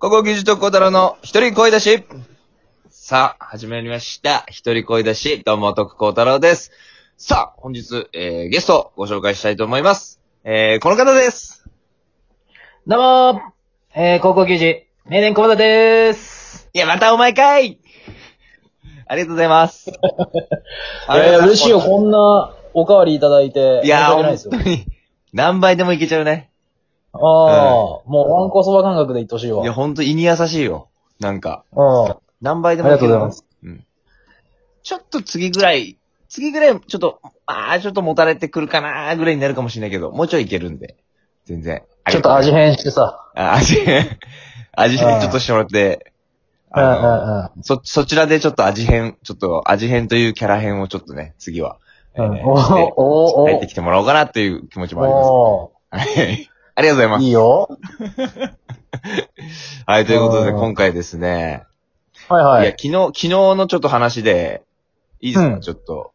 ここ、技術と小太郎の一人声出し。さあ、始まりました。一人声出し、どうも、徳小太郎です。さあ、本日、えー、ゲスト、ご紹介したいと思います。えー、この方です。どうもーえー、高校球児、名年小田でーす。いや、またお前かいありがとうござい ます。いやいや、嬉しいよ、こんなおかわりいただいて。いや、申し訳ないで本す当よ。に、何倍でもいけちゃうね。ああ、もうワンコそば感覚でいってほしいわ。いや、本当胃に優しいよ。なんか、うん。何倍でもいけありる。がとうございますうん。ちょっと次ぐらい、次ぐらい、ちょっと、ああ、ちょっともたれてくるかなーぐらいになるかもしれないけど、もうちょいいけるんで。全然。ちょっと味変してさ。あ味変。味変ちょっとしてもらって。うんうんうあのんそ、そちらでちょっと味変、ちょっと味変というキャラ変をちょっとね、次は。えうん。ーおしてーお入っーてきてもらおうかなっていう気持ちも あおります。はい。ありがとうございーまいいよ。す。はい、ということでうん今回ですね、はいいはや、い昨。日、昨日のちょっと話で、いいですか、うんちょっと。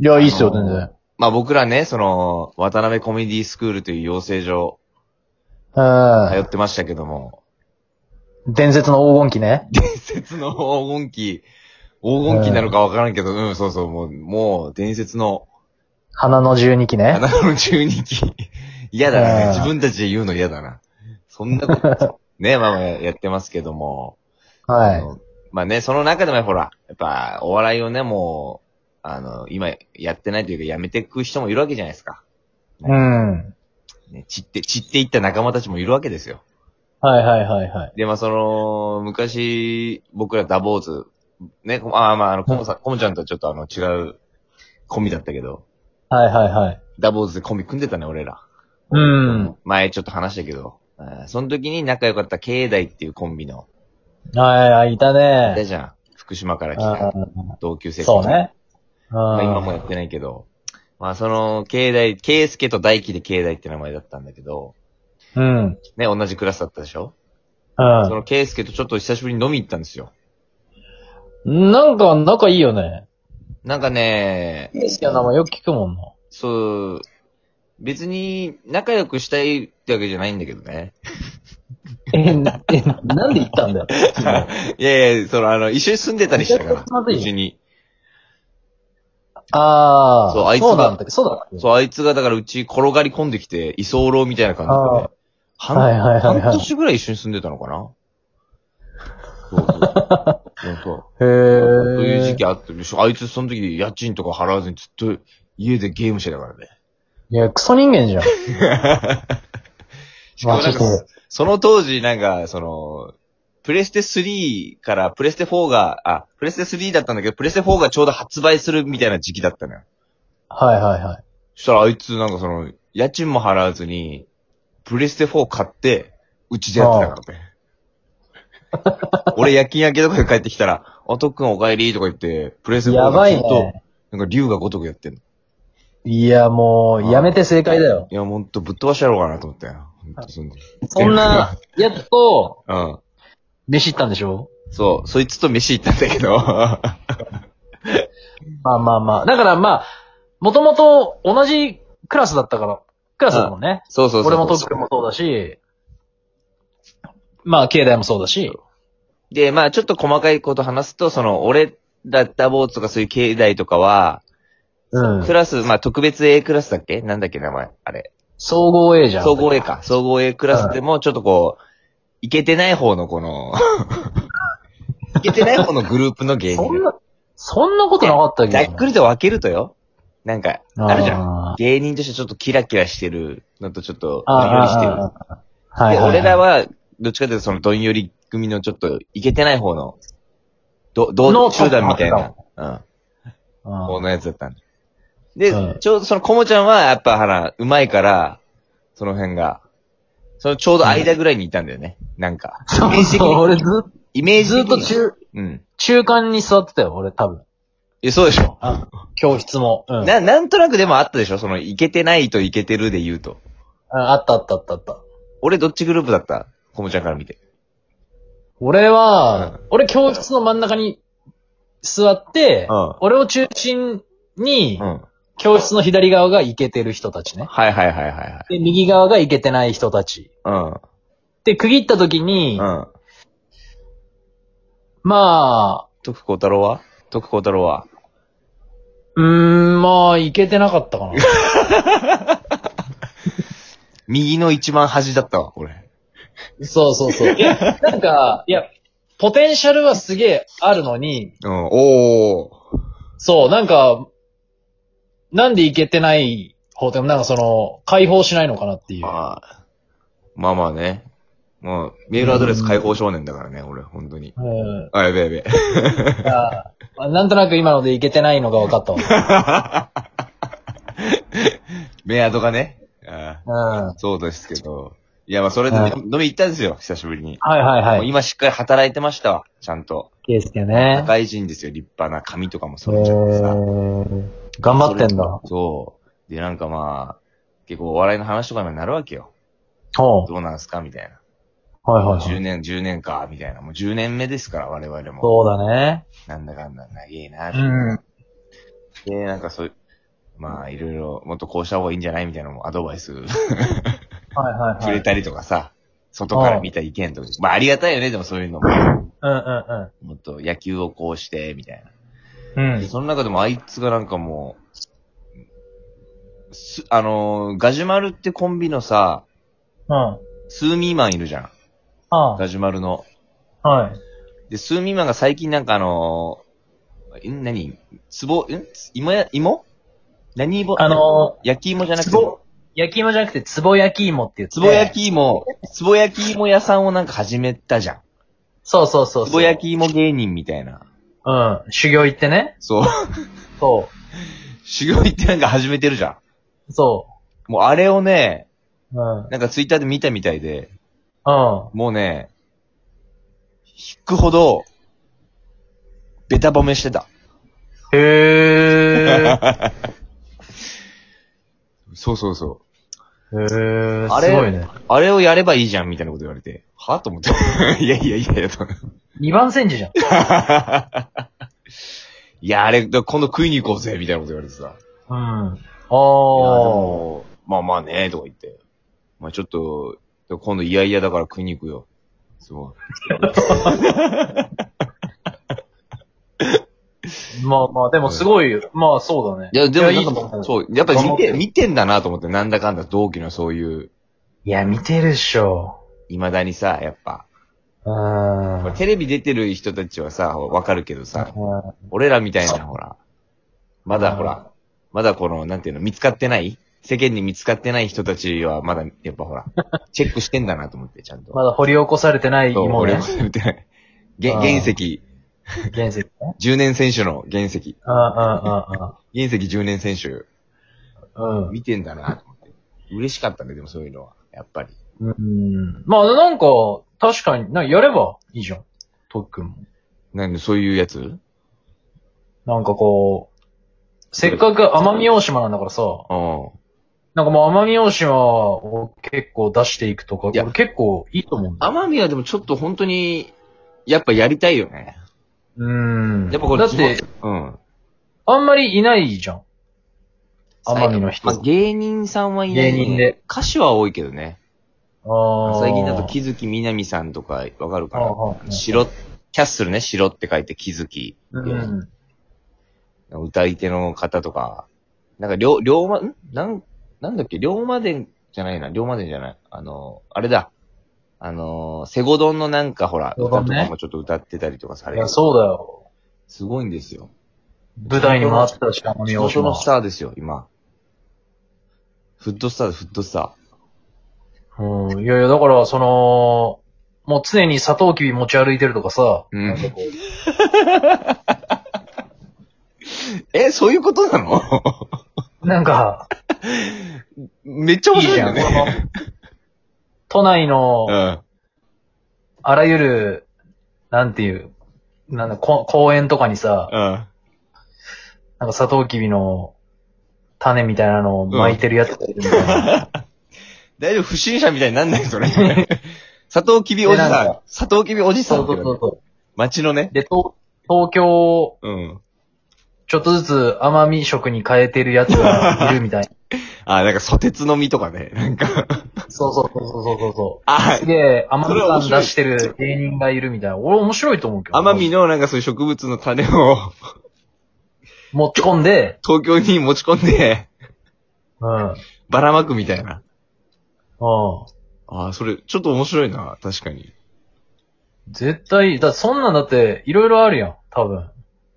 いや、いいっすよ、全然。まあ僕らね、その、渡辺コメディスクールという養成所、通うってましたけども、ん。伝説の黄金期ね。伝説の黄金期、黄金期なのかわからんけど、うん、そうそう、もう、もう、伝説の、花の十二期ね。花の中二期。 嫌だうな、ん自分たちで言うの嫌だな。そんな こと、ね、まあまあやってますけども、はあい。のまあね、その中でもほら、やっぱ、お笑いをね、もう、あの、今、やってないというか、やめていく人もいるわけじゃないですか。うん。ね、散って、散っていった仲間たちもいるわけですよ。はいはいはいはい。で、まあ、その、昔、僕らダボーズ、ね、こあーまあ、あの、コムさん、コムちゃんとはちょっとあの、違う、コミだったけど、はいはいはい。ダボーズでコミ組んでたね、俺ら。うん。前ちょっと話したけど、あーその時に仲良かった経大っていうコンビの、はいはい、いたいたね。じゃん。福島から来たあ同級ー生そう。ね。うんまあ、今もやってないけど、まあ、その、経大、圭介と大輝で経大って名前だったんだけど、うん。うん。ね、同じクラスだったでしょ、その圭介とちょっと久しぶりに飲み行ったんですよ。なんか仲いいよね。なんかね、ケイスケの名前よく聞くもんな。そう、別に仲良くしたいってわけじゃないんだけどね。え、なえなんで言った んだよ。いやいや、その、あの、一緒に住んでたりしたからめちゃくちゃま、ずいようちに。ああ、そうあいつがそうなんだそうだったそう、あいつがだからうち転がり込んできて、居候みたいな感じで。半はいはいはいはい半年ぐらい一緒に住んでたのかなそうそう。そうそう。 へえ。そういう時期あってるし、あいつその時家賃とか払わずにずっと家でゲームしてたから ね。いや、クソ 人間じゃん。しかもなんかマジで、その当時、なんか、その、プレステ3からプレステ4が、あ、プレステ3だったんだけど、プレステ4がちょうど発売するみたいな時期だったのよ。はいはいはい。そしたらあいつ、なんかその、家賃も払わずに、プレステ4買って、うちでやってたからね。 俺夜勤明けとかで帰ってきたら、おとっくんお帰りとか言って、プレステ4やばがずいっと、ね。なんか竜が如くやってんの。いや、もあーう、やめて正解だよ。いや、ほんとぶっ飛ばしてやろうかなと思ったよ。ほんとそんでそん な、やっと、うん。飯行ったんでしょそう、そいつと飯行ったんだけど。まあまあまあ。だからまあ、もともと同じクラスだったから、クラスだもんね。そうそうそう。俺も特訓もそうだし、まあ、境内もそうだし、で、まあちょっと細かいこと話すと、その、俺だった坊主とかそういう経済とかは、うんクラス、まあ特別 A クラスだっけなんだっけ名前あれ。総合 A じゃん。総合 A か。総合 A クラスでも、ちょっとこう、いけてない方のこ の、いけてない方のグループの芸そ人ん。な、そんなことなかったけどざな。っくりと分けるとよ。なんか、あるじゃん。ん。芸人としてちょっとキラキラしてるのとちょっと、あノリノリしてる。ああはいで、はいはい。俺らは、どっちかというとそのどんより組のちょっと、いけてない方の、ど、どのう、集団みたいな、うん、方うん、のやつだったんで。で、うんちょうどそのコモちゃんは、やっぱ、ほら、うまいから、その辺が、そのちょうど間ぐらいにいたんだよね。なんか、イメージそう的そう、に。俺ずイメージずっ的とに。中、うん。中間に座ってたよ、俺多分。え、そうでしょ。あ教室も。うん。な、なんとなくでもあったでしょその、いけてないといけてるで言うと。ああったあったあったあった。俺どっちグループだったコモちゃんから見て。俺は、うん俺教室の真ん中に座って、うん俺を中心に、うん。教室の左側がイケてる人たちね。はいはいはいはいはい。で、右側がイケてない人たち。うん。で、区切った時に、うん。まあ、徳光太郎は徳光太郎はうーん、まあ、いけてなかったかな。右の一番端だったわ、これ。 そうそうそう。いや、なんか、いや、ポテンシャルはすげえあるのに、うん、おー。そう、なんか、なんでいけてない方でもなんかその、解放しないのかなっていう。まあ、まあまあね。もう、メールアドレス解放少年だからね、俺、本当に。うん。あ、やべやべ。だからまあなんとなく今のでいけてないのが分かった メアドがね。あわ。うん。そうですけど。いや、まあ、それではい飲み行ったんですよ、久しぶりに。はいはいはもうい。今しっかり働いてましたわ、ちゃんと。ケースケね。社会人ですよ、立派な髪とかもえそうちゃってさ。ー、頑張ってんだ。そう。で、なんかまあ、結構お笑いの話とかにもなるわけよ。ほどうなんすかみたいな。う。はいはいは10い。年、10年か、みたいな。もう10年目ですから、我々も。そうだね。なんだかんだ、長えな、うん。で、なんかそういう、まあ、いろいろ、もっとこうした方がいいんじゃないみたいなのもアドバイスはいはくいはい。れたりとかさ、外から見た意見とか。まあ、ありがたいよね、でもそういうのも。うんうんもっと野球をこうして、みたいうん。うな。ん。その中でもあいつがなんかもう、す、あのーガジュマルってコンビのさ、うん。スーミーマンいるじゃん。あガジュマルの。あ、はい。で、スーミーマンが最近なんかあのー、ん何つぼ、ん芋や、芋何芋あの焼き芋じゃなくつて。ぼ、焼き芋じゃなくて、つぼ焼き芋って言って。つぼ焼き芋、つぼ焼き芋屋さんをなんか始めたじゃん。そうそうそうそう。つぼ焼き芋芸人みたいな。うん。修行行ってね。そう。 そ修行行ってなんか始めてるじゃう。そん。もうあれをね、う。うん。うん。なんかツイッターで見たみたいで、あもうね、引くほど、ベタ褒めしてた。へー。 そうそうそへ ー。あれすごいね。う。あれをやればいいじゃんみたいなこと言われて、はと思って。 いやいやいやいやと。二番煎じじゃん。いや、あれ、今度食いに行こうぜみたいなこと言われてさ。うん。あいやでー。もまあまあね、とか言って。まあちょっと、今度いやいやだから食いに行くよ。すごい。まあまあ、でもすごいよ。まあそうだね。いや、でもいいなんとか思うそう、やっぱり見頑張ってて、見てんだなと思って、なんだかんだ同期のそういう、いや、見てるっしょ。未だにさ、やっぱ。うーん。テレビ出てる人たちはさ、わかるけどさ、うん俺らみたいな、ほら。まだほうんら、まだこの、なんていうの、見つかってない世間に見つかってない人たちは、まだ、やっぱほ ら、チェックしてんだなと思って、ちゃんと。まだ掘り起こされてないそう、芋俺ねも。見てない。げあー原石、原石ね。 10年選手の原石。うんう原石10年選手、んうんうん。見てんだな、と思って。嬉しかったね、でもそういうのは。やっぱり。うん。うん。まあなんか、確かに、なんかやればいいじゃん。とっくんも。なんで、そういうやつなんかこう、せっかく奄美大島なんだからさ、うん。なんかもう奄美大島を結構出していくとか、いや俺結構いいと思うんだよ。奄美はでもちょっと本当に、やっぱやりたいよね。うん。やっぱこれ、だって、、うん。あんまりいないじゃん。奄美の人まあ、芸人さんはいない、芸人で。歌手は多いけどね。ああ。最近だと木月みなみさんとかわかるかあなあ白、キャッスルね、白って書いて木月。うん。歌い手の方とか、なんか、りょう、りょうま、んなん、なんだっけ、龍馬伝じゃないな、龍馬伝じゃない。あの、あれだ。あの、セゴドンのなんかほら、セゴ歌ドンとねかもちょっと歌ってたりとかされいてや、、そうだよ。すごいんですよ。舞台にもあったし、奄地美大元島の。スターですよ、今。フットスターです、フットスタうん。いやいや、だから、その、もう常にサトウキビ持ち歩いてるとかさ、うんなんかこうー。え、そういうことなの なんか、めっちゃ面いい白いじんゃん。だこね。の都内のう、ん。あらゆる、なんていう、なんだ、こ公園とかにさ、うん。なんかサトウキビの種みたいなのを巻いてるやつがいるみたいな。 大丈夫、不審者みたいになんないそれ。 サトウキビおじえなんさんか。サトウキビおじさ そんうって言そうわそれうてそう。街のね。で、東東京うん。ちょっとずつ甘み食に変えてるやつがいるみたいな。あ、なんか、ソテツの実とかね。 なんか、 そうそうそうそうそうそあう。す、げえ甘み感それ面白い出してる芸人がいるみたいな。俺面白いと思うけど。奄美のなんかそういう植物の種を 持ち込んで、東京に持ち込んで、うん。うん。ばらまくみたいな。ああ、それ、ちょっと面白いな、確かに。絶対、だってそんなんだって、いろいろあるやん。多分。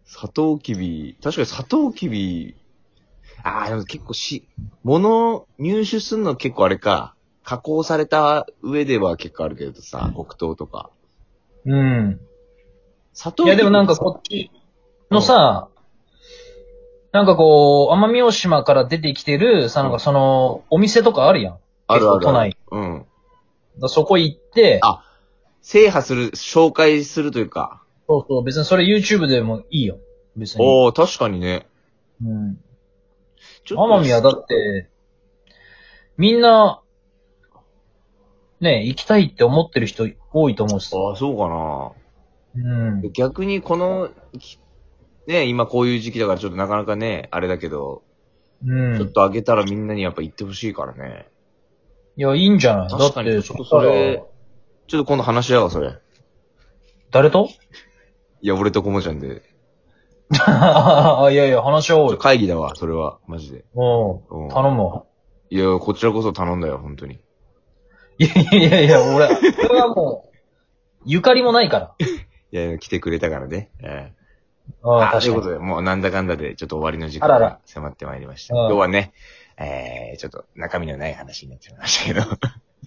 サトウキビ、確かにサトウキビ、ああ、でも結構し、物入手するの結構あれか、加工された上では結構あるけどさ、黒糖とか。うん。砂糖いやでもなんかこっちのさ、なんかこう、奄美大島から出てきてる、さ、なんかその、お店とかあるやん。あるあ結構都るある。内。うん。だそこ行って、あ制覇する、紹介するというか。そうそう、別にそれ YouTube でもいいよ。別に。おお確かにね。うん。ち奄美はだって、みんな、ね、行きたいって思ってる人多いと思うしさ。ああ、そうかな。うん。逆にこの、きね、今こういう時期だからちょっとなかなかね、あれだけど、うちょっん。とあげたらみんなにやっぱ行ってほしいからね。いや、いいんじゃないだ確っかにて、ちょっとそれだから、ちょっと今度話し合おう、それ。誰と いや、俺とこもちゃんで。いやいや、話し合おうよ。会議だわ、それは、マジで。うん。うん、頼むわ。 いや、こちらこそ頼んだよ、本当に。いやいやいやいや、俺、俺はもう、ゆかりもないから。いや、来てくれたからね。ええあというこに。とで、もうなんだかんだで、ちょっと終わりの時間あがらら迫ってまいりました。うん今日はね、えー、ちょっと中身のない話になっちゃいましたけど。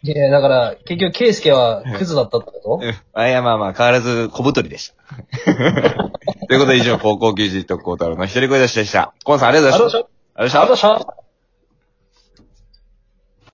いやいや、だから、結局、ケイスケはクズだったってこあ、いや、まあまあ、変わらず小太りでした。 ということで、以上、高校球児特攻太郎の一人声出しでした。コンさん、ありがとうございました。とあありがとうございましたあ。りがとうございました。